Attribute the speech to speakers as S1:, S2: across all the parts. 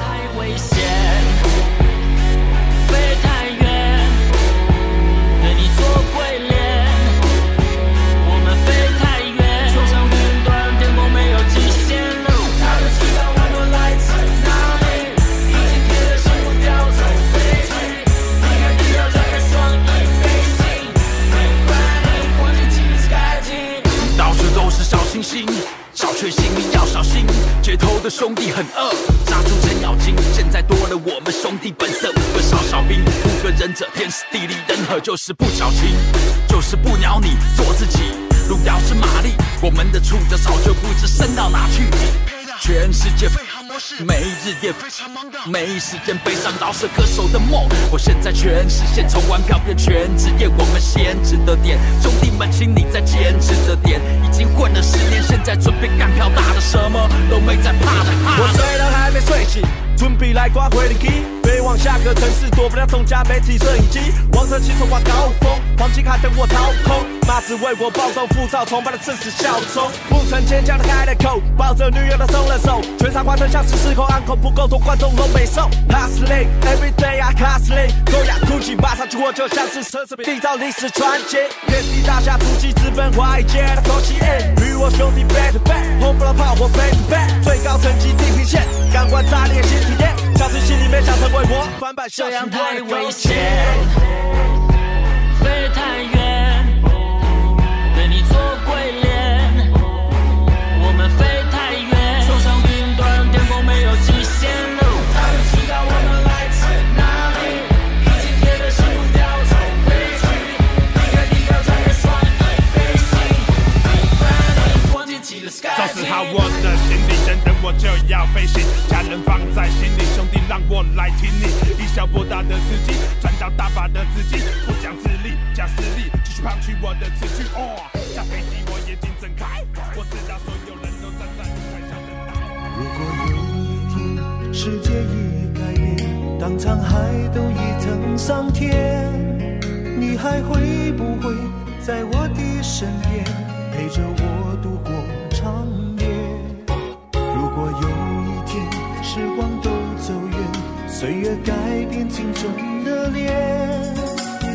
S1: 太危险，飞太远，对你做鬼脸。我们飞太远，冲上云端，天空没有极限。路，他们知道我们来自哪里，把今天的生活调走飞去，离开地球，张开双翼飞行。Everybody，我们进太空。
S2: 到处都是小星星，小确幸你要小心。街头的兄弟很饿，杀猪程咬金。现在多了我们兄弟本色，五个小小兵，五个忍者，天时地利人和，就是不矫情，就是不鸟你，做自己。路遥知马力，我们的触角早就不知伸到哪去。全世界飞行模式，没日夜非常忙的，没时间悲伤饶舌歌手的梦。我现在全实现，从玩票变全职业，我们先值得点。兄弟们，请你再坚持着点，已经混了十年，现在准备干票大的，什么都没在怕的。怕的
S3: 我虽然还没睡醒，准备来刮回的机。飞往下个城市，躲不了总家媒体摄影机。王者骑手挂高峰，黄金卡等我掏空。妈子为我暴动，浮躁崇拜的正是效忠。不曾坚强的开了口，抱着女友的松了手。全场观众像是失控，暗口不够多，观众都没送。Hustling every day I hustling，高雅哭泣马上去我就像是奢侈品，缔造历史传奇。遍地大侠足迹直奔华尔街的口气，与我兄弟 back to back，轰不了炮火 back to back，最高层级地平线，感官炸裂新体验，像是心里面想成为我，翻版
S1: 这
S3: 这
S1: 样太危险，飞太远，对你做鬼脸。我们飞太远，冲上云端，天空没有极限。路，他们知道我们来自哪里，把今天的生活调走回去，离开地球，张开双翼飞行。Everybody，光天起了 sky。
S4: 收拾好我的行李，等等我就要飞行。家人放在心里，兄弟让我来挺你。以小博大的司机，赚到大把的资金。不讲自立，讲实力，继续抛弃我的词句。哦，下飞机我眼睛睁开，我知道所有人都站在舞台上等待。
S5: 如果有一天世界已改变，当沧海都已成桑田，你还会不会在我的身边，陪着我度过长夜？如果有一天时光都走远，岁月改变青春的脸，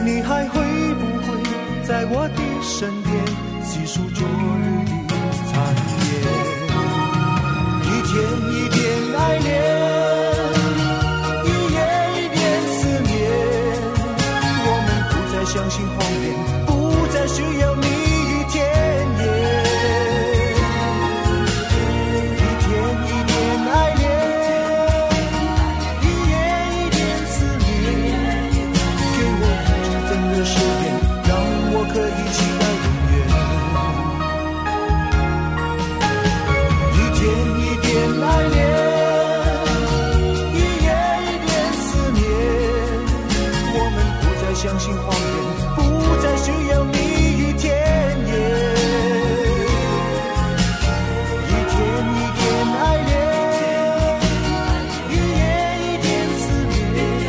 S5: 你还会不会在我的身边，细数昨日的残夜？一天一点爱恋，一夜一点思念。我们不再相信谎言，不再需要蜜语甜言。一天一点爱恋，一夜一点思念。给我一支真的誓言，让我可以期待永远。一天一点爱恋，一夜一点思念。我们不再相信谎言，不再需要蜜语甜言。一天一点爱恋，一夜一点思念。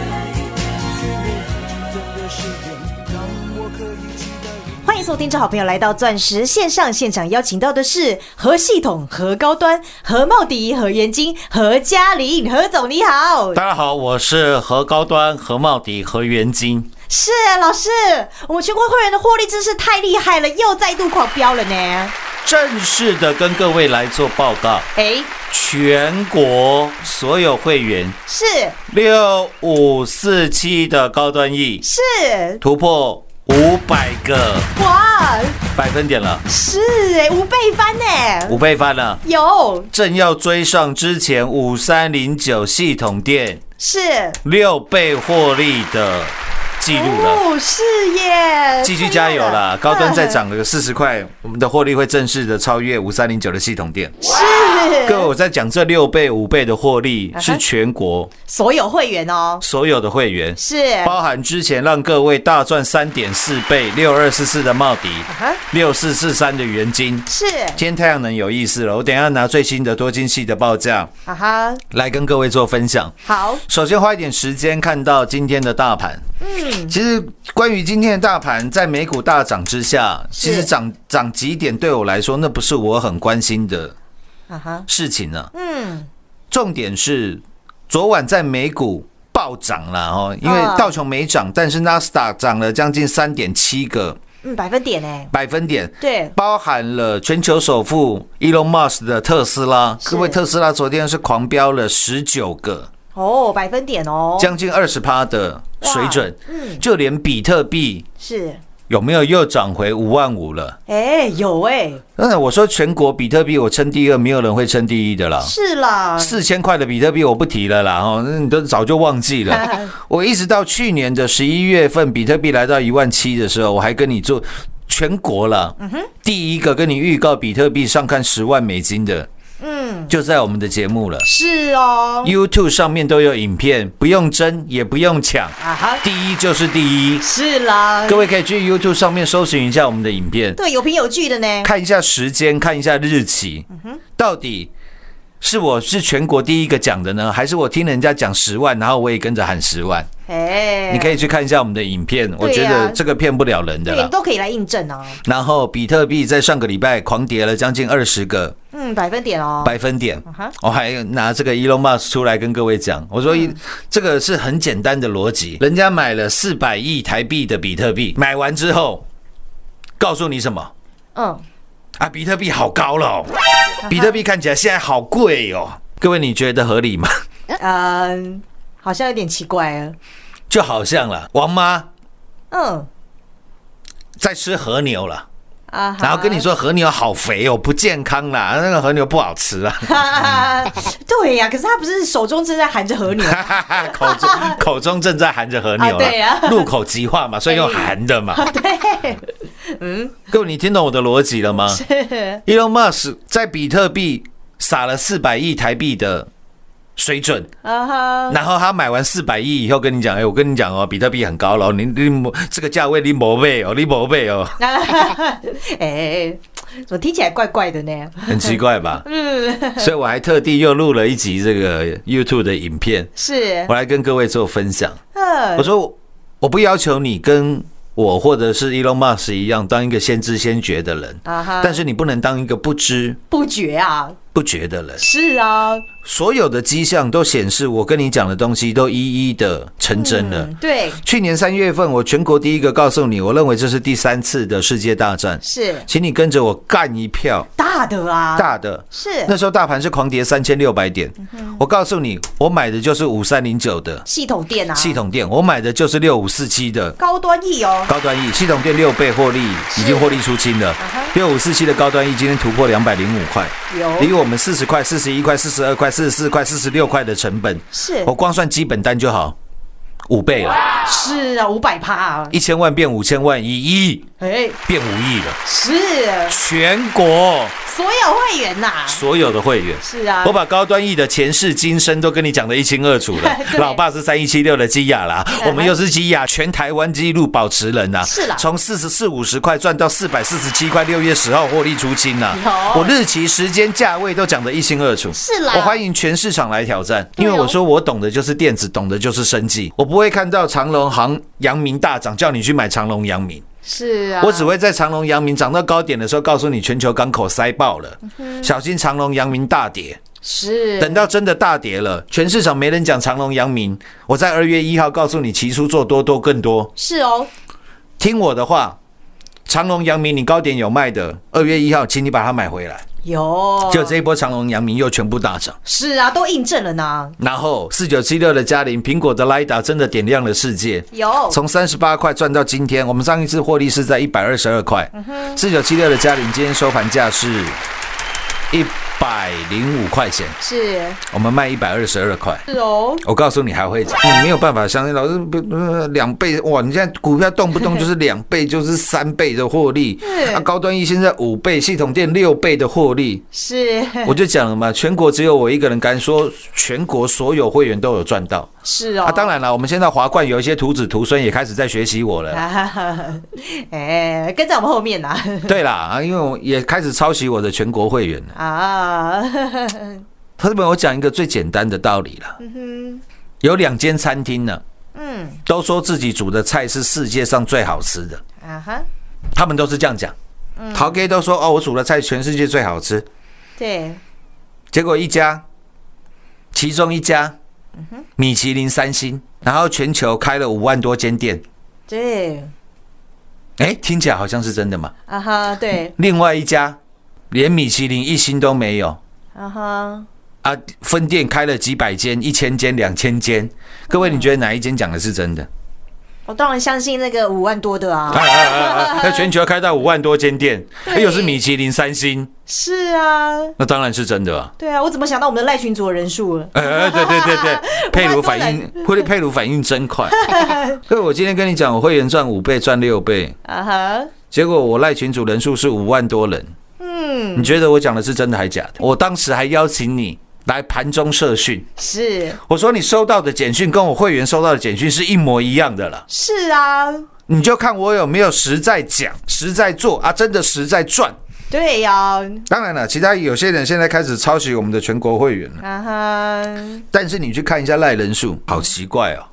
S5: 给我一句真的誓言，让我可以期待永远。
S6: 欢迎收听，这好朋友来到钻石线上现场，邀请到的是何系统、何高端、何茂迪、何元金、何嘉玲、何总，你好。
S7: 大家好，我是何高端、何茂迪、何元金。
S6: 是老师，我们全国会员的获利真是太厉害了，又再度狂飙了呢。
S7: 正式的跟各位来做报告，
S6: 哎，
S7: 全国所有会员
S6: 是
S7: 六五四七的高端 E
S6: 是，
S7: 突破五百个
S6: 哇，
S7: 百分点了，
S6: 是哎，五倍翻呢，
S7: 五倍翻了，
S6: 有
S7: 正要追上之前五三零九系统店
S6: 是
S7: 六倍获利的记录了。
S5: 哦，是耶，
S7: 继续加油啦！高端再涨个四十块，我们的获利会正式的超越五三零九的系统店。
S5: 是
S7: 各位，我在讲这六倍、五倍的获利
S5: 哼
S7: 是全国
S5: 所有会员哦，
S7: 所有的会员，
S5: 是
S7: 包含之前让各位大赚三点四倍、六二四四的茂迪、
S5: 啊，
S7: 六四四三的元金。
S5: 是
S7: 今天太阳能有意思了，我等一下拿最新的多晶系的报价
S5: 啊哈，
S7: 来跟各位做分享。
S5: 好，
S7: 首先花一点时间看到今天的大盘。嗯，其实关于今天的大盘，在美股大涨之下，其实涨涨几点对我来说，那不是我很关心的
S5: 啊哈，
S7: 事情呢、啊。
S5: 嗯，
S7: 重点是昨晚在美股暴涨了哦，因为
S5: 嗯
S7: 道琼没涨，但是纳斯达涨了将近三点七个
S5: 嗯，百分点哎，
S7: 百分点。
S5: 对，
S7: 包含了全球首富 Elon Musk 的特斯拉，
S5: 是
S7: 各位特斯拉昨天是狂飙了十九个，
S5: 哦，百分点哦，
S7: 将近二十趴的水准，
S5: 嗯，
S7: 就连比特币
S5: 是，
S7: 有没有又涨回五万五了？
S5: 哎，有哎，
S7: 当然，我说全国比特币我称第二，没有人会称第一的啦。
S5: 是啦，
S7: 四千块的比特币我不提了啦，哦，那你都早就忘记了。我一直到去年的十一月份，比特币来到一万七的时候，我还跟你做全国了，第一个跟你预告比特币上看十万美金的，
S5: 嗯，
S7: 就在我们的节目了。
S5: 是哦，
S7: YouTube 上面都有影片，不用争也不用抢，
S5: 啊哈，
S7: 第一就是第一。
S5: 是啦，
S7: 各位可以去 YouTube 上面搜寻一下我们的影片，
S5: 对，有凭有据的呢，
S7: 看一下时间，看一下日期，
S5: 嗯
S7: 到底是我是全国第一个讲的呢，还是我听人家讲十万，然后我也跟着喊十万？
S5: 哎，
S7: 你可以去看一下我们的影片，我觉得这个骗不了人的
S5: 啊对，
S7: 啦。
S5: 都可以来印证哦，
S7: 然后比特币在上个礼拜狂跌了将近二十个
S5: 嗯，百分点哦，
S7: 百分点
S5: 哈，
S7: 我还拿这个 Elon Musk 出来跟各位讲，我说
S5: 嗯
S7: 这个是很简单的逻辑，人家买了四百亿台币的比特币，买完之后告诉你什么？
S5: 嗯，
S7: 啊，比特币好高了、哦，比特币看起来现在好贵哦。各位，你觉得合理吗？
S5: 嗯，好像有点奇怪了，
S7: 就好像了，王妈
S5: 嗯，
S7: 在吃和牛了，
S5: 啊哈，
S7: 然后跟你说和牛好肥哦，不健康啦，那个和牛不好吃 啊，
S5: 哈哈哈， 对呀、可是他不是手中正在含着和 牛，
S7: 口中口中正在含着和牛
S5: 啊
S7: 啦
S5: 对啊
S7: 入口即化嘛，所以用含的 嘛。
S5: 对，
S7: 各位，你听懂我的逻辑了吗？Elon Musk 在比特币撒了四百亿台币的水准，
S5: 啊哈，
S7: 然后他买完四百亿以后跟你讲，哎、我跟你讲哦，比特币很高了，你你没这个价位你莫买哦，你莫买哦，
S5: 哎，怎么听起来怪怪的呢？
S7: 很奇怪吧？嗯，所以我还特地又录了一集这个 YouTube 的影片，
S5: 是
S7: 我，来跟各位做分享。
S5: 嗯
S7: 我，说我不要求你跟我或者是 Elon Musk 一样当一个先知先觉的人，
S5: 啊哈
S7: 但是你不能当一个不知
S5: 不觉啊，
S7: 不觉的人。
S5: 是啊，
S7: 所有的迹象都显示，我跟你讲的东西都一一的成真了。
S5: 嗯，对，
S7: 去年三月份，我全国第一个告诉你，我认为这是第三次的世界大战，
S5: 是
S7: 请你跟着我干一票
S5: 大的啊，
S7: 大的。
S5: 是
S7: 那时候大盘是狂跌三千六百点，我告诉你，我买的就是五三零九的
S5: 系统店啊，
S7: 系统店，我买的就是六五四七的
S5: 高端易哦，
S7: 高端 E，系统店六倍获利，已经获利出清了
S5: 啊哈。
S7: 六五四七的高端 E 今天突破两百零五块，离
S5: 有
S7: 我们四十块、四十一块、四十二块、四十四块、四十六块的成本，
S5: 是
S7: 我光算基本单就好，五倍了，
S5: 是啊，五百趴啊，
S7: 一千万变五千万，一亿。
S5: 哎，
S7: 变五亿了，
S5: 是
S7: 全国
S5: 所有会员呐、
S7: 所有的会员。
S5: 是啊，。
S7: 我把高端 E 的前世今生都跟你讲得一清二楚了
S5: 对
S7: 老爸是三一七六的基 亚啦，
S5: 哼
S7: 我们又是基亚全台湾纪录保持人呐、
S5: 是啦
S7: 从四十四五十块赚到四百四十七块，六月十号获利出清呐、
S5: 有
S7: 我日期、时间、价位都讲得一清二楚。
S5: 是啦
S7: 我欢迎全市场来挑战，
S5: 对
S7: 因
S5: 哦
S7: 为我说我懂的就是电子，懂的就是生计。我不会看到长隆行、阳明大涨，叫你去买长隆、阳明。
S5: 是啊，
S7: 我只会在长隆、阳明涨到高点的时候，告诉你全球港口塞爆了，
S5: 嗯
S7: 小心长隆、阳明大跌。
S5: 是
S7: 等到真的大跌了，全市场没人讲长隆、阳明，我在二月一号告诉你，期初做多多更多。
S5: 是哦，
S7: 听我的话，长隆、阳明你高点有卖的，二月一号，请你把它买回来。
S5: 有
S7: 就这一波长隆、阳明又全部大涨，
S5: 是啊，都印证了呢，
S7: 然后四九七六的嘉陵，苹果的 Lida 真的点亮了世界。
S5: 有
S7: 从三十八块赚到今天，我们上一次获利是在一百二十二块，四九七六的嘉玲今天收盘价是一百零五块钱，
S5: 是
S7: 我们卖一百二十二块。
S5: 是哦，
S7: 我告诉你还会涨，你没有办法相信老师不呃两倍哇！你现在股票动不动就是两倍，就是三倍的获利
S5: 是，
S7: 啊，高端一现在五倍，系统店六倍的获利，
S5: 是
S7: 我就讲了嘛，全国只有我一个人敢说，全国所有会员都有赚到
S5: 是哦，
S7: 啊！当然了，我们现在华冠有一些徒子徒孙也开始在学习 我了，
S5: 啊， 哎，跟在我们后面呐、
S7: 对啦啊，因为我也开始抄袭我的全国会员了。
S5: 啊，
S7: 朋友们，我讲一个最简单的道理了，有两间餐厅呢，
S5: 嗯，
S7: 都说自己煮的菜是世界上最好吃的。
S5: 啊哈，
S7: 他们都是这样讲。陶哥都说哦，我煮的菜全世界最好吃。
S5: 对，
S7: 结果一家，其中一家，米其林三星，然后全球开了五万多间店。
S5: 对，
S7: 哎，听起来好像是真的嘛。
S5: 啊哈，对，
S7: 另外一家，连米其林一星都没有
S5: 啊哈，
S7: 啊，分店开了几百间、一千间、两千间。各位，你觉得哪一间讲的是真的？
S5: 我当然相信那个五万多的啊，
S7: 哎哎哎哎，那全球开到五万多间店，
S5: 对
S7: 哎又是米其林三星，
S5: 是啊，
S7: 那当然是真的啊。
S5: 对啊，我怎么想到我们的赖群主的人数了？
S7: 哎哎，对对对 对，佩鲁反应，佩佩鲁反应真快。所以我今天跟你讲，我会员赚五倍，赚六倍，
S5: 啊哈，
S7: 结果我赖群主人数是五万多人。嗯，你觉得我讲的是真的还假的？我当时还邀请你来盘中社训，
S5: 是
S7: 我说你收到的简讯跟我会员收到的简讯是一模一样的了，
S5: 是啊，
S7: 你就看我有没有实在讲、实在做啊，真的实在赚。
S5: 对呀、啊，
S7: 当然了，其他有些人现在开始抄袭我们的全国会员了。
S5: 啊哈，
S7: 但是你去看一下赖人数，好奇怪哦，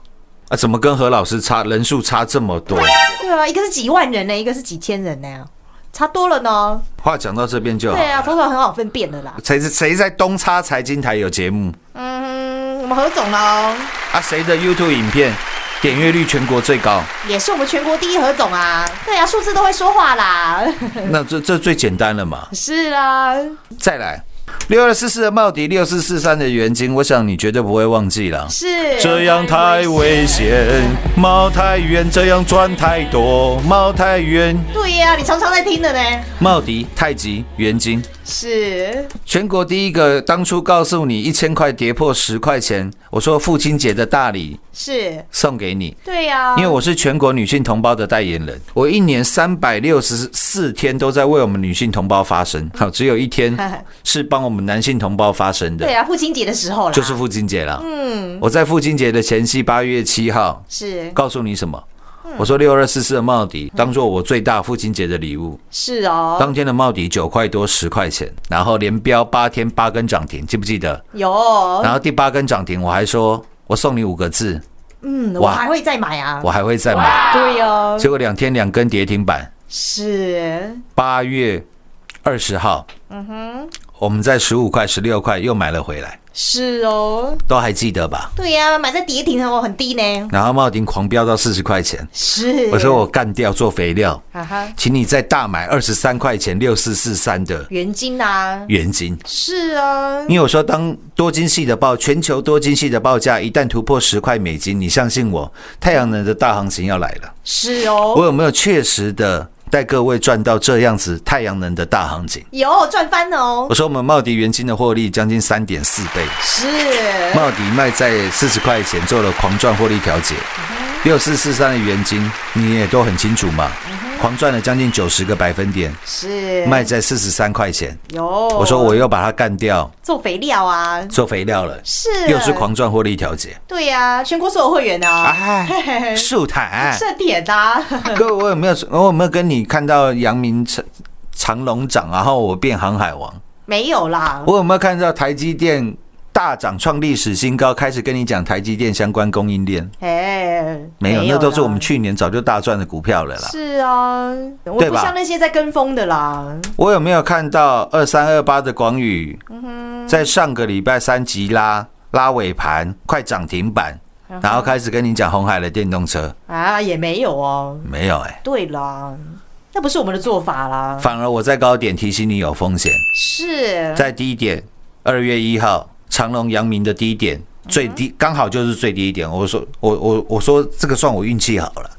S7: 啊，怎么跟何老师差人数差这么多？
S5: 对啊，一个是几万人呢，一个是几千人呢，差多了呢。
S7: 话讲到这边就好
S5: 对啊，
S7: 了。
S5: 头头很好分辨的啦。
S7: 谁谁在东差财经台有节目
S5: 嗯，我们何总喽，
S7: 啊？谁的 YouTube 影片点阅率全国 最高？
S5: 也是我们全国第一何总啊。对啊，数字都会说话啦。
S7: 那这这最简单了嘛？
S5: 是啊，
S7: 再来，六二四四的茂迪，六四四三的元金，我想你绝对不会忘记了。
S5: 是
S7: 这样太危险，猫太远，这样赚太多，猫太远。
S5: 对呀、你常常在听的呢。
S7: 茂迪、太极、元金，
S5: 是
S7: 全国第一个，当初告诉你一千块跌破十块钱，我说父亲节的大礼
S5: 是，
S7: 送给你，
S5: 对呀、
S7: 因为我是全国女性同胞的代言人，我一年三百六十四天都在为我们女性同胞发声，好，只有一天是帮我们男性同胞发 声
S5: 对
S7: 的，
S5: 啊，父亲节的时候啦，
S7: 就是父亲节啦。嗯，我在父亲节的前夕，八月七号，
S5: 是
S7: 告诉你什么？我说六二四四的帽底当做我最大父亲节的礼物，
S5: 是哦，
S7: 当天的帽底九块多十块钱，然后连标八天八根涨停，记不记得？
S5: 有，
S7: 然后第八根涨停，我还说我送你五个字，
S5: 嗯，我
S7: 哇
S5: 还会再买啊。
S7: 我还会再买。
S5: 对哦，
S7: 结果两天两根跌停板，
S5: 是
S7: 八月二十号，我们在十五块、十六块又买了回来，
S5: 是哦，
S7: 都还记得吧？
S5: 对呀、买在跌停的哦，很低呢。
S7: 然后茂鼎狂飙到四十块钱，
S5: 是，
S7: 我说我干掉做肥料，
S5: 哈哈，
S7: 请你再大买二十三块钱六四四三的
S5: 原金啊，
S7: 原金。
S5: 是啊，
S7: 因为我说，当多晶系的报全球多晶系的报价一旦突破十块美金，你相信我，太阳能的大行情要来了。
S5: 是哦，
S7: 我有没有确实的带各位赚到这样子太阳能的大行情？
S5: 有赚翻了哦，
S7: 我说我们茂迪元金的获利将近三点四倍，
S5: 是
S7: 茂迪卖在四十块钱做了狂赚获利调节，六四四三的元金你也都很清楚嘛，狂赚了将近九十个百分点，
S5: 是
S7: 卖在四十三块钱。
S5: 有，
S7: 我说我又把它干掉
S5: 做肥料啊，
S7: 做肥料了，
S5: 是
S7: 又是狂赚获利调节，
S5: 对呀、全国所有会员啊，
S7: 哎，树坦，
S5: 设点啊，
S7: 各位我有没有我有没有跟你看到阳明长长龙涨，然后我变航海王？
S5: 没有啦，
S7: 我有没有看到台积电大涨创历史新高？开始跟你讲台积电相关供应链，
S5: 哎，
S7: 没有，那都是
S5: 啦
S7: 我们去年早就大赚的股票了啦。
S5: 是啊，我
S7: 对
S5: 不
S7: 吧
S5: 像那些在跟风的啦，
S7: 我有没有看到二三二八的广宇，
S5: 嗯
S7: 在上个礼拜三急拉拉尾盘，快涨停板，
S5: 嗯
S7: 然后开始跟你讲红海的电动车？
S5: 啊，也没有哦，
S7: 没有哎、
S5: 对啦，那不是我们的做法啦，
S7: 反而我在高点提醒你有风险，
S5: 是？
S7: 在低点二月一号长隆、阳明的低点。最低刚好就是最低点，我说我我我说这个算我运气好了，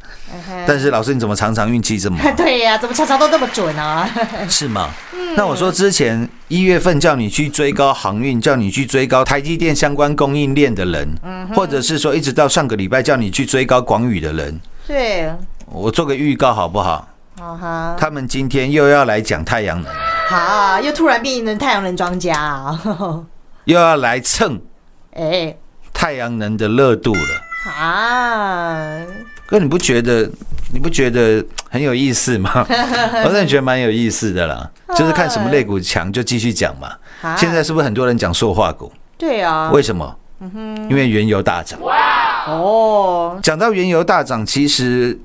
S7: 但是老师你怎么常常运气这么好
S5: 对呀、怎么常常都这么准啊？
S7: 是吗？那我说之前一月份叫你去追高航运，叫你去追高台积电相关供应链的人，或者是说一直到上个礼拜叫你去追高广宇的人，
S5: 对，
S7: 我做个预告好不好？
S5: 啊哈，
S7: 他们今天又要来讲太阳能，
S5: 好，又突然变成太阳能庄家啊！
S7: 又要来蹭
S5: 哎、
S7: 太阳能的热度了。
S5: 啊，
S7: 哥，你不觉得你不觉得很有意 思吗？我真的觉得蛮有意思的啦，就是看什么类股强就继续讲嘛。
S5: 啊
S7: 现在是不是很多人讲塑化股？
S5: 对啊，
S7: 为什么？因为原油大涨。
S5: 哦，
S7: 讲到原油大涨，其实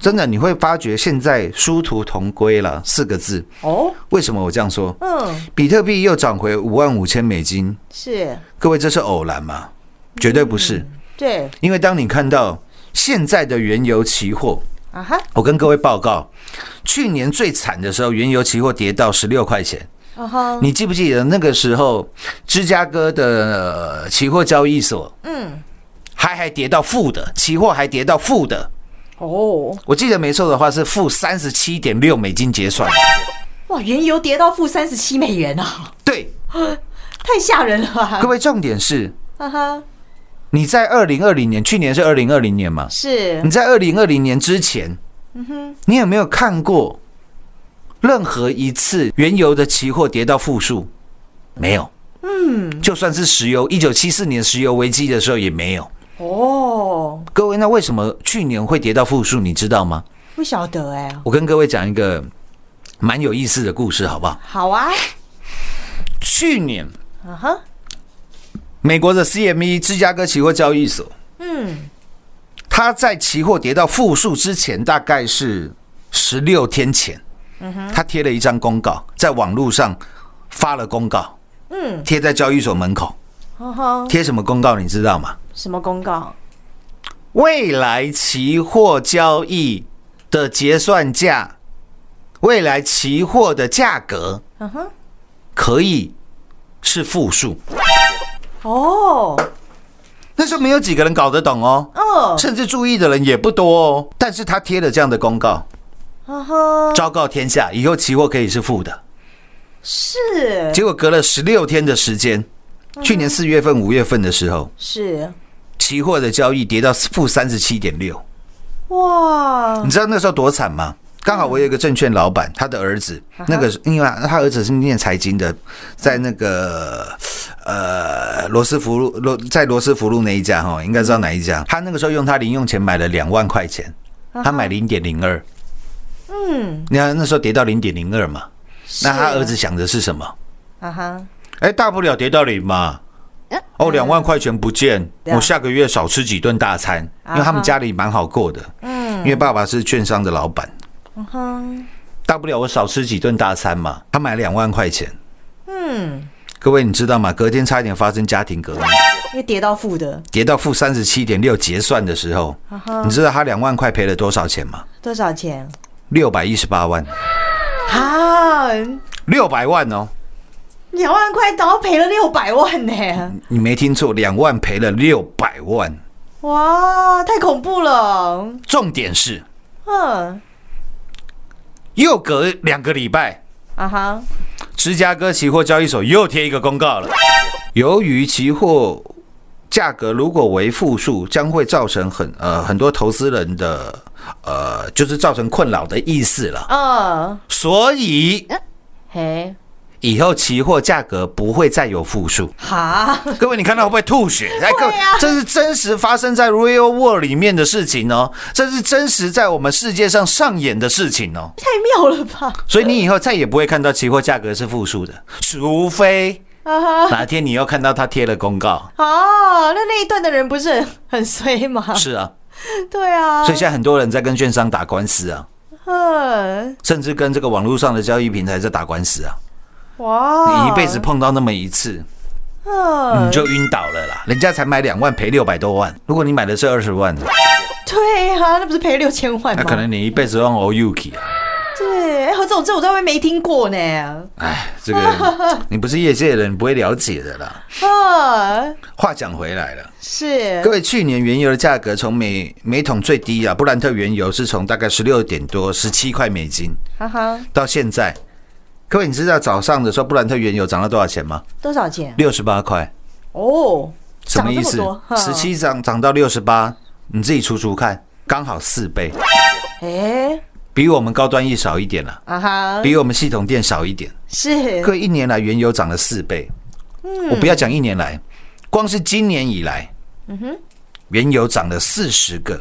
S7: 真的你会发觉现在殊途同归了四个字。
S5: 哦，
S7: 为什么我这样说？
S5: 嗯，
S7: 比特币又涨回五万五千美金，
S5: 是，
S7: 各位这是偶然吗？绝对不是，
S5: 嗯对，
S7: 因为当你看到现在的原油期货，
S5: 啊哈，
S7: 我跟各位报告，去年最惨的时候，原油期货跌到十六块钱。
S5: 啊哈，
S7: 你记不记得那个时候，芝加哥的呃期货交易所，嗯，还还跌到负的，期货还跌到负的。
S5: 哦，
S7: 我记得没错的话是负三十七点六美金结算。
S5: 哇，原油跌到负三十七美元啊，
S7: 对，
S5: 太吓人了吧
S7: 各？位重点是，
S5: 啊哈，
S7: 你在二零二零年，去年是二零二零年嘛？
S5: 是
S7: 你，在二零二零年之前，你有没有看过任何一次原油的期货跌到负数？没有。嗯，就算是石油，一九七四年石油危机的时候也没有。
S5: 哦，
S7: 各位，那为什么去年会跌到负数？你知道吗？
S5: 不晓得哎、
S7: 我跟各位讲一个蛮有意思的故事，好不好？
S5: 好啊，
S7: 去年
S5: 啊哈，
S7: 美国的 CME 芝加哥期货交易所，
S5: 嗯，
S7: 它在期货跌到负数之前，大概是十六天前，
S5: 嗯
S7: 它贴了一张公告，在网络上发了公告，嗯，贴在交易所门口，
S5: 啊哈，
S7: 贴什么公告你知道吗？
S5: 什么公告？
S7: 未来期货交易的结算价，未来期货的价格
S5: 嗯哼，
S7: 可以是负数，
S5: 哦，
S7: 那时候没有几个人搞得懂哦，
S5: 哦，
S7: 甚至注意的人也不多哦，但是他贴了这样的公告。
S5: 啊哈，
S7: 昭告天下，以后期货可以是负的。
S5: 是
S7: 结果隔了十六天的时间，去年四月份、五月份的时候，
S5: 是，
S7: 期货的交易跌到负三十七点六。
S5: 哇
S7: 你，知道那时候多惨吗？刚好我有一个证券老板，他的儿子，那个因为他儿子是念财经的，在那个呃罗斯福路罗在罗斯福路那一家哈，应该知道哪一家。他那个时候用他零用钱买了两万块钱，他买零点零二，嗯，你看那时候跌到零点零二嘛，那他儿子想的是啊什么？
S5: 啊哈，
S7: 哎，大不了跌到零嘛。哦，两万块钱不见，
S5: 嗯对啊
S7: 我下个月少吃几顿大餐，因为他们家里蛮好过的。嗯，因为爸爸是券商的老板，
S5: 啊哈，
S7: 大不了我少吃几顿大餐嘛。他买两万块钱，
S5: 嗯，
S7: 各位你知道吗？隔天差一点发生家庭革命，
S5: 因为跌到负的
S7: 跌到负三十七点六结算的时候，
S5: 啊
S7: 你知道他两万块赔了多少钱吗？
S5: 多少钱？
S7: 六百一十八万，
S5: 啊，
S7: 六百万哦，
S5: 两万块，然后赔了六百万呢、
S7: 你没听错，两万赔了六百万。
S5: 哇，太恐怖了，
S7: 重点是
S5: 嗯，
S7: 又隔两个礼拜，
S5: 啊哈，
S7: 芝加哥期货交易所又贴一个公告了，由于期货价格如果为负数，将会造成很呃很多投资人的呃就是造成困扰的意思了，
S5: 嗯，
S7: 所以
S5: 嘿，
S7: 以后期货价格不会再有负数。
S5: 哈，
S7: 各位，你看到会不会吐血？哎，各位，这是真实发生在 real world 里面的事情哦，这是真实在我们世界上上演的事情哦。
S5: 太妙了吧，
S7: 所以你以后再也不会看到期货价格是负数的，除非
S5: 啊哈，
S7: 哪天你又看到他贴了公告。
S5: 哦，那那一段的人不是很 衰吗？
S7: 是啊，
S5: 对啊，
S7: 所以现在很多人在跟券商打官司啊，
S5: 嗯，
S7: 甚至跟这个网络上的交易平台在打官司啊。
S5: 哇，
S7: 你一辈子碰到那么一次，
S5: 哦嗯
S7: 你，就晕倒了啦。人家才买两万，赔六百多万。如果你买的
S5: 嗯
S7: 是二十万，
S5: 对啊，那不是赔六千万吗？
S7: 那可能你一辈子用 o u k i 啊。
S5: 对，哎何总这我在外面没听过呢。
S7: 哎，这个你不是业界人，你不会了解的啦。
S5: 啊，
S7: 话讲回来了，各
S5: 是，
S7: 位，去年原油的价格从每每桶最低啊，布兰特原油是从大概十六点多十七块美金
S5: 哈哈，
S7: 到现在，各位你知道早上的时候布兰特原油涨到多少钱吗？
S5: 多少钱？
S7: 六十八块，
S5: 哦，
S7: 什么意
S5: 涨
S7: 思
S5: 这么多？哈
S7: 十七涨涨到六十八，你自己除除看，刚好四倍，
S5: 哎，
S7: 比我们高端一少一点了、
S5: 啊哈，
S7: 比我们系统店少一点。
S5: 是，
S7: 各位一年来原油涨了四倍，
S5: 嗯
S7: 我不要讲一年来，光是今年以来，
S5: 嗯
S7: 原油涨了四十个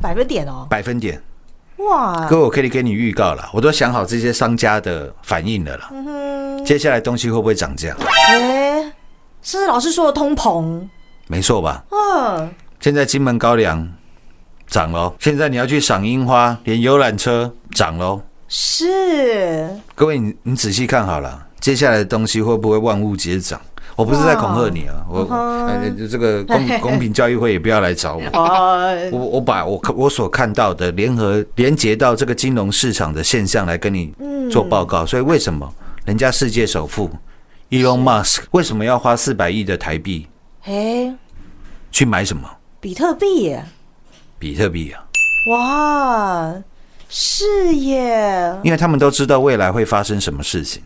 S5: 百分点哦，
S7: 百分点。
S5: 哇，
S7: 各位，我可以给你预告了，我都想好这些商家的反应了啦。接下来东西会不会涨价？
S5: 哎，是不是老师说的通膨，
S7: 没错吧？
S5: 嗯，
S7: 现在金门高粱涨喽，现在你要去赏樱花，连游览车涨喽。
S5: 是，
S7: 各位，你你仔细看好了，接下来的东西会不会万物皆涨？我不是在恐吓你啊，我、呃这个公公平交易会也不要来找我。
S5: 哦，
S7: 我我把我我所看到的联合连接到这个金融市场的现象来跟你做报告，所以为什么人家世界首富 Elon Musk 为什么要花四百亿的台币
S5: 哎，
S7: 去买什么
S5: 比特币耶，
S7: 比特币啊？
S5: 哇，是耶，
S7: 因为他们都知道未来会发生什么事情。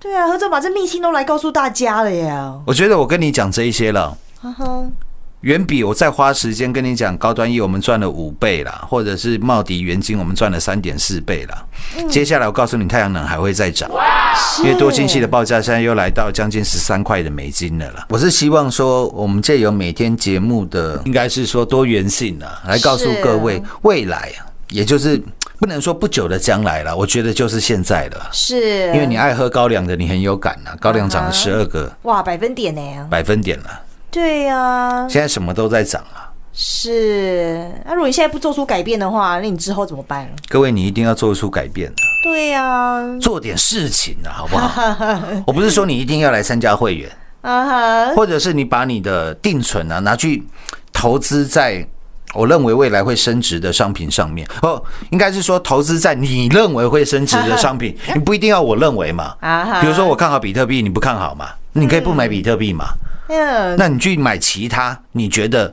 S5: 对啊，何总把这秘辛都来告诉大家了呀，
S7: 我觉得我跟你讲这一些了，
S5: 哈哈，
S7: 远比我再花时间跟你讲高端一我们赚了五倍啦，或者是茂迪原金我们赚了三点四倍啦。接下来我告诉你，太阳能还会再涨。因为多晶系的报价现在又来到将近十三块的美金了啦。我是希望说，我们借由每天节目的，应该是说多元性啊，来告诉
S5: 是
S7: 各位未来啊，也就是不能说不久的将来了，我觉得就是现在了。
S5: 是，嗯
S7: 因为你啊爱喝高粱的，你很有感啊，高粱涨了十二个
S5: 哇，百分点呢？
S7: 百分点了，
S5: 对呀、
S7: 现在什么都在涨啊。
S5: 是。那、如果你现在不做出改变的话，那你之后怎么办？
S7: 各位，你一定要做出改变啊，
S5: 对呀、啊，
S7: 做点事情啊，好不好？ 我不是说你一定要来参加会员，
S5: 啊哈，
S7: 或者是你把你的定存啊拿去投资在我认为未来会升值的商品上面，哦，应该是说投资在你认为会升值的商品，你不一定要我认为嘛
S5: 啊哈。
S7: 比如说我看好比特币，你不看好嘛，你可以不买比特币嘛，
S5: 嗯，
S7: 那你去买其他你觉得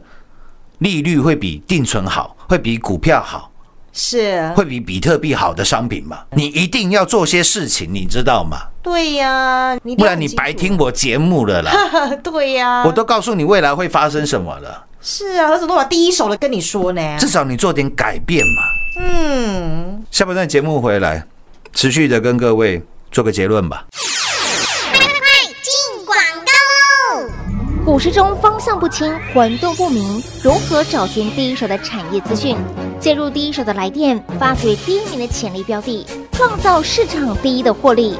S7: 利率会比定存好，会比股票好，
S5: 是，
S7: 会比比特币好的商品嘛，你一定要做些事情，你知道吗？
S5: 对呀、你一
S7: 不
S5: 定要
S7: 然
S5: 很
S7: 你
S5: 清
S7: 白
S5: 楚，
S7: 听我节目 了啦，
S5: 对呀、
S7: 我都告诉你未来会发生什么了。
S5: 是啊，何总都把第一手的跟你说呢。
S7: 至少你做点改变嘛。
S5: 嗯，
S7: 下半段节目回来，持续的跟各位做个结论吧。
S6: 进广告喽！股市中方向不清、混沌不明，如何找寻第一手的产业资讯？介入第一手的来电，发掘第一名的潜力标的，创造市场第一的获利。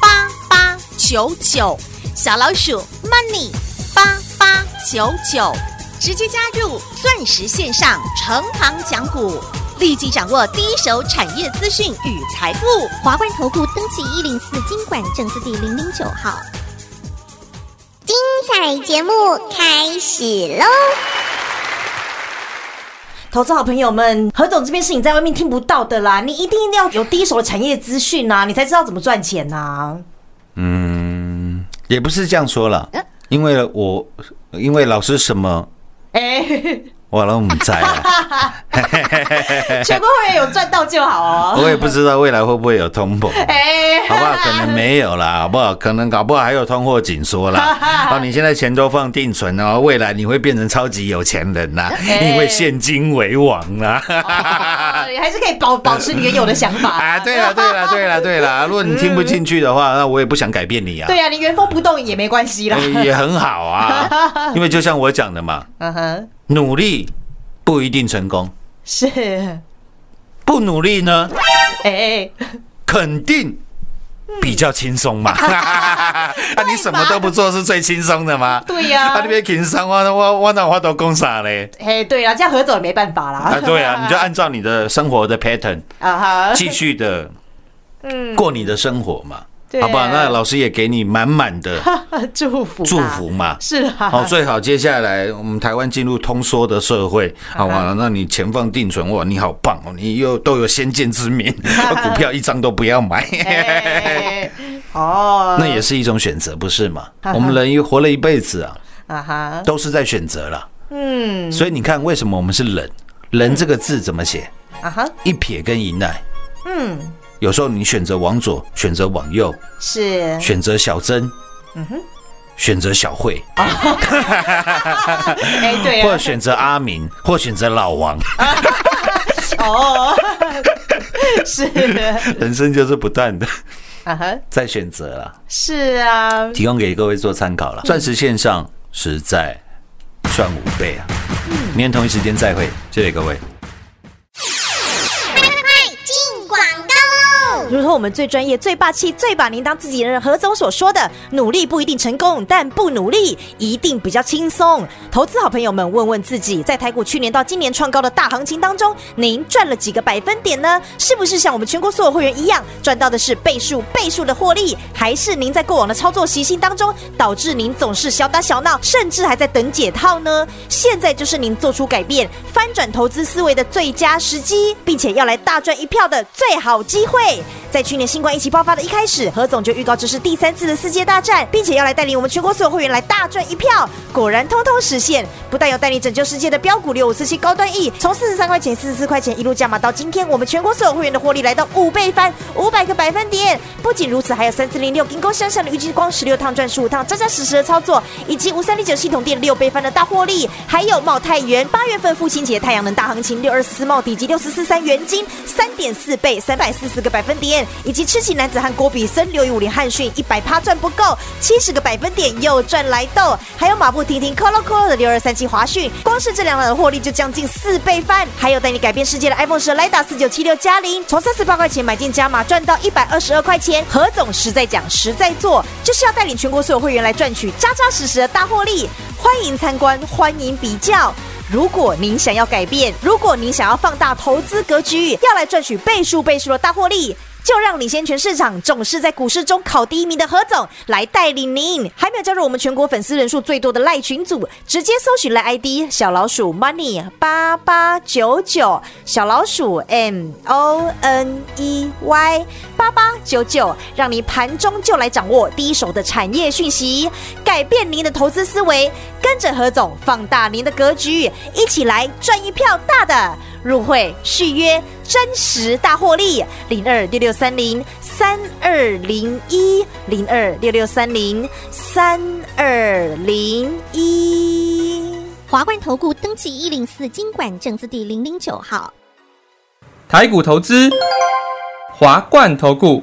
S8: 八八九九，小老鼠 Money 八八九九，直接加入钻石线上成行讲股，立即掌握第一手产业资讯与财富。
S6: 华冠投顾登记一零四经管证字第零零九号。精彩节目开始喽！
S5: 投资好朋友们，何总这边是你在外面听不到的啦，你一定要有第一手的产业资讯啊呐，你才知道怎么赚钱啊呐、
S7: 也不是这样说了，因为我因为老师什么
S5: 哎、
S7: 我都不在啊，
S5: 全国会员有赚到就好哦。
S7: 我也不知道未来会不会有通膨。
S5: 哎、
S7: 好不好？可能没有啦，好不好？可能搞不好还有通货紧缩啦。好，你现在钱都放定存哦，未来你会变成超级有钱人啦，因为现金为王啦。
S5: 哦 你还是可以保保持你原有的想法
S7: 啊，对了，对了，对了，对啊了，如果你听不进去的话，那我也不想改变你啊。
S5: 对呀、你原封不动也没关 系啦。
S7: 呃也很好啊，因为就像我讲的嘛，
S5: 嗯哼，
S7: 努力不一定成功，
S5: 是，哎、
S7: 不努力呢，肯定比较轻松嘛。 啊，你什么都不做是最轻松的吗？
S5: 对呀
S7: 啊，你别轻松，我我我哪花都工啥嘞？
S5: 哎，对啊，这样合走也没办法
S7: 啊，
S5: 啦。
S7: 对啊，你就按照你的生活的 pattern
S5: 啊哈，
S7: 继续的，过你的生活嘛，
S5: 对
S7: 好不好？那老师也给你满满的
S5: 祝福啦
S7: 祝福嘛。
S5: 是啊，
S7: 好，最好接下来我们台湾进入通缩的社会，
S5: 啊
S7: 好完了，那你钱放定存，哇，你好棒哦，你又都有先见之 明， 股票一张都不要买，
S5: 哎哦，
S7: 那也是一种选择，不是吗？
S5: 啊哈哈
S7: 我们人一活了一辈子啊，
S5: 啊哈，
S7: 都是在选择了，
S5: 嗯
S7: 所以你看为什么我们是人？人这个字怎么写？
S5: 啊哈，
S7: 一撇跟一捺。
S5: 嗯
S7: 有时候你选择往左，选择往右，
S5: 是
S7: 选择小珍，
S5: 嗯
S7: 选择小慧，
S5: 哎对
S7: 或
S5: 啊
S7: 选择阿明，或选择老王。
S5: 哦，是
S7: 人生就是不断的
S5: 啊哈，
S7: 在选择啦，
S5: 是啊，
S7: 提供给各位做参考了。钻石线上实在算五倍啊！明天同一时间再会，谢谢各位。
S6: 进广告喽！
S5: 如同我们最专业、最霸气、最把您当自己人的何总所说的，努力不一定成功，但不努力一定比较轻松。投资好朋友们，问问自己，在台股去年到今年创高的大行情当中，您赚了几个百分点呢？是不是像我们全国所有会员一样，赚到的是倍数、倍数的获利？还是您在过往的操作习性当中，导致您总是小打小闹，甚至还在等解套呢？现在就是您做出改变、翻转投资思维的最佳时机，并且要来大赚一票的最好机会。在去年新冠疫情爆发的一开始，何总就预告这是第三次的世界大战，并且要来带领我们全国所有会员来大赚一票。果然，通通实现，不但有带领拯救世界的标股六五四七高端 E，从四十三块钱、四十四块钱一路加码到今天，我们全国所有会员的获利来到五倍翻，五百个百分点。不仅如此，还有三四零六金钩向上的预计光十六趟赚十五趟，扎扎实实的操作，以及五三零九系统店六倍翻的大获利，还有茂泰元八月份父亲节太阳能大行情六二四茂底及六十四三元金三点四倍三百四十个百分点，以及痴情男子汉郭比森六一五零汉逊一百趴赚不够七十个百分点又赚来豆，还有马不停蹄 Colo Colo 的六二三七华讯，光是这两档的获利就将近四倍翻，还有带你改变世界的 iPhone 十 Lida 四九七六加零，从三十八块钱买进加码赚到一百二十二块钱，何总实在讲实在做，就是要带领全国所有会员来赚取扎扎实实的大获利，欢迎参观，欢迎比较。如果您想要改变，如果您想要放大投资格局，要来赚取倍数倍数的大获利，就让领先全市场、总是在股市中考第一名的何总来带领您。还没有加入我们全国粉丝人数最多的赖群组，直接搜寻赖 ID 小老鼠 money 八八九九，小老鼠 m o n e y 八八九九，让你盘中就来掌握第一手的产业讯息，改变您的投资思维，跟着何总放大您的格局，一起来赚一票大的。入会续约，真实大获利，零二六六三零三二零一，零二六六三零三二零一。
S6: 华冠投顾登记一零四经管证字第零零九号。
S9: 台股投资，华冠投顾，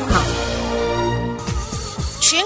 S6: 号。
S8: 全